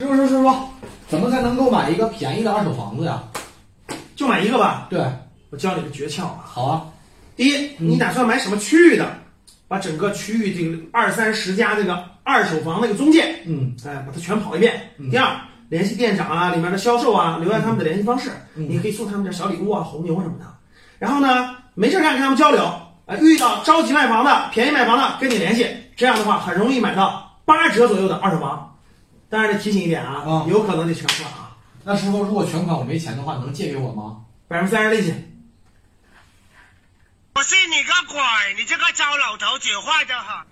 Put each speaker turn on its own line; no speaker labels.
师傅，怎么才能够买一个便宜的二手房子呀？
就买一个吧。
对，
我教你个诀窍啊。
好啊，
第一，你打算买什么区域的？把整个区域这个二三十家这个二手房那个中介，
嗯，
哎，把它全跑一遍。第二，联系店长啊，里面的销售啊，留下他们的联系方式，你可以送他们点小礼物啊，红牛什么的。然后呢，没事儿干跟他们交流，啊，遇到着急卖房的、便宜卖房的，跟你联系，这样的话很容易买到八折左右的二手房。当然得提醒一点啊，
啊
有可能得全款啊，
那师傅，如果全款我没钱的话，能借给我吗？
百分之三十利息。
我信你个鬼！你这个糟老头子坏的很。